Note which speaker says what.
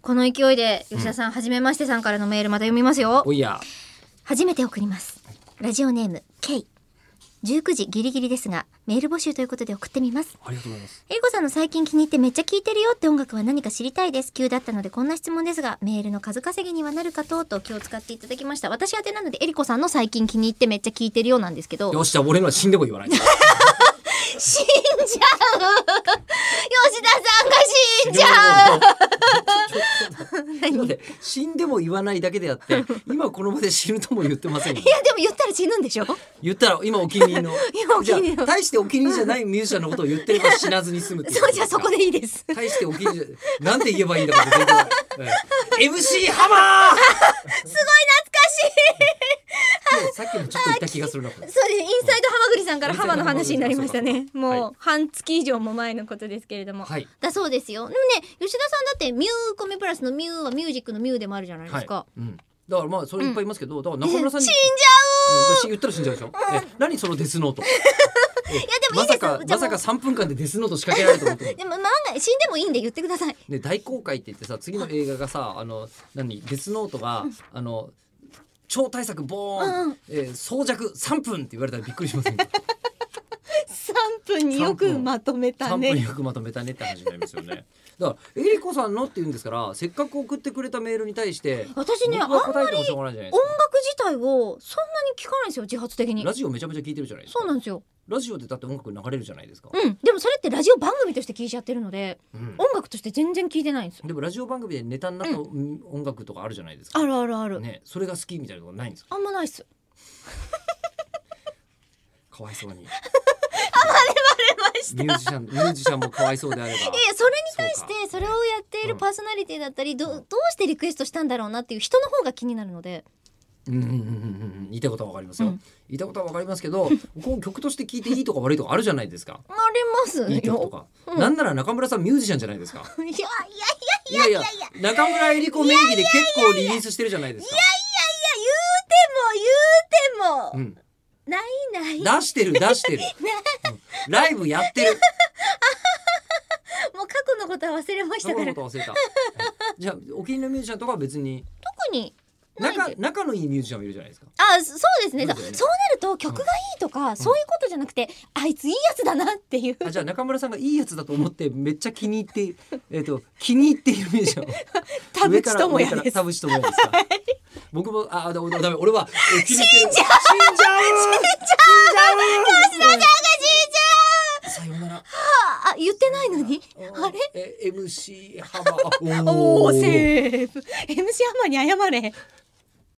Speaker 1: この勢いで吉田さん、はじめましてさんからのメールまた読みますよ
Speaker 2: おいや。
Speaker 1: 初めて送りますラジオネーム K 19時ギリギリですがメール募集ということで送ってみます
Speaker 2: ありがとうございます。
Speaker 1: エリコさんの最近気に入ってめっちゃ聴いてるよって音楽は何か知りたいです急だったのでこんな質問ですがメールの数稼ぎにはなるかとと気を使っていただきました私宛てなのでエリコさんの最近気に入ってめっちゃ聴いてるようなんですけど
Speaker 2: よし、じゃあ俺のは死んでも言わ ない。
Speaker 1: 死んじゃう吉田さんが死んじゃう
Speaker 2: なので死んでも言わないだけであって、今この場で死ぬとも言ってませんよ
Speaker 1: い。やでも言ったら死ぬんでしょ
Speaker 2: 言ったら今お気に入りの。
Speaker 1: 今お気に入りの
Speaker 2: じゃあ大してお気に入りじゃないミュージシャンのことを言ってれば死なずに済むってい
Speaker 1: そうじゃあそこ。でいいです
Speaker 2: 大してお気に入りじゃなんて言えばいいんだか全然わかんない。ええ MC ハマーねさっきもちょっと言った気がするな。これ
Speaker 1: そうですインサイドハマグリさんからハマの話になりましたねも
Speaker 2: は
Speaker 1: う半月以上も前のことですけれども、
Speaker 2: はい
Speaker 1: だそうですよでもね吉田さんだってミューコミプラスのミューはミュージックのミューでもあるじゃないですか、
Speaker 2: はいうん。だからまあそれいっぱいいますけど、だから中村さん
Speaker 1: 死ん
Speaker 2: に
Speaker 1: じゃ
Speaker 2: うん言ったら死んじゃうでしょ。え何そのデスノー ト。いや
Speaker 1: でもいいですよ
Speaker 2: まさ
Speaker 1: じゃ
Speaker 2: か
Speaker 1: あ
Speaker 2: まさか三分間でデスノート仕掛けられると思って
Speaker 1: うでも万が死んでもいいんで言ってください
Speaker 2: ね、大公開って言ってさ次の映画がさあの何デスノートが、あの超大作ボーン、
Speaker 1: うん
Speaker 2: えー装着3分って言われたらびっくりしますね
Speaker 1: 3分によくまとめた
Speaker 2: 3分
Speaker 1: ね
Speaker 2: よくまとめたねって話になりますよねだからえりこさんのって言うんですからせっかく送ってくれたメールに対して
Speaker 1: 私ねあん
Speaker 2: 僕
Speaker 1: ま
Speaker 2: は
Speaker 1: り音
Speaker 2: 答えてもし
Speaker 1: 楽
Speaker 2: ょうがないじ
Speaker 1: 自
Speaker 2: ゃないですか
Speaker 1: 体をそんなに聞かないんですよ自発的に
Speaker 2: ラジオめちゃめちゃ聞いてるじゃないですか
Speaker 1: そうなんですよ
Speaker 2: ラジオでだって音楽流れるじゃないですか、
Speaker 1: うんでもそれってラジオ番組として聞いちゃってるので
Speaker 2: うん
Speaker 1: 音楽として全然聞いてないんですよ
Speaker 2: でもラジオ番組でネタになったうん音楽とかあるじゃないですか、
Speaker 1: あるあるある、
Speaker 2: ね、それが好きみたいなことないんですか
Speaker 1: あんまないっす
Speaker 2: かわ いそうに
Speaker 1: 出まし
Speaker 2: ミュージシャンミュージシャンもかわいそうであれ ば
Speaker 1: いやいやそれに対してそれをやっている
Speaker 2: うん
Speaker 1: パーソナリティだったりど
Speaker 2: う
Speaker 1: ど
Speaker 2: ん
Speaker 1: うしてリクエストしたんだろうなっていう人の方が気になるので
Speaker 2: うんうんうんうんうん言いたいことはわかりますよ、
Speaker 1: うん
Speaker 2: 言いたいことはわかりますけどこう曲として聴いていいとか悪いとかあるじゃないですか
Speaker 1: ありますよ。
Speaker 2: いい曲とか、
Speaker 1: うん
Speaker 2: なんなら中村さんミュージシャンじゃないですか
Speaker 1: いやいや
Speaker 2: いやいや中村えり子名義で結構リリースしてるじゃないですか
Speaker 1: 言うても言うても、
Speaker 2: うん、
Speaker 1: ない
Speaker 2: 出
Speaker 1: ない
Speaker 2: してる出してる、うんライブやってる
Speaker 1: もう過去のことは忘れ まし
Speaker 2: そ
Speaker 1: た
Speaker 2: こ
Speaker 1: か
Speaker 2: の
Speaker 1: ら
Speaker 2: こと忘れたはいじゃあお気に入りのミュージシャンとかは別に
Speaker 1: 特にない
Speaker 2: 仲
Speaker 1: で
Speaker 2: 仲のいいミュージシャンもいるじゃないですか
Speaker 1: あそそうですね
Speaker 2: そ
Speaker 1: そうう
Speaker 2: だよね
Speaker 1: なると曲がいいとか、そういうことじゃなくてあいついいやつだなっていう
Speaker 2: あじゃあ中村さんがいいやつだと思ってめっちゃ気に入って えっ、と気に入っているミュージシャンを
Speaker 1: 田
Speaker 2: 上
Speaker 1: 淵
Speaker 2: から
Speaker 1: 智
Speaker 2: 上
Speaker 1: 也
Speaker 2: から
Speaker 1: です
Speaker 2: 田淵智也ですか。僕もああだだめ俺はえ気に入ってる。死んじゃう。死んじゃう。死んじゃ う。さようなら。
Speaker 1: ああ言ってないのにあれ
Speaker 2: れ？え MC 幅。
Speaker 1: おー
Speaker 2: ー
Speaker 1: セーフ MC ハマに謝れ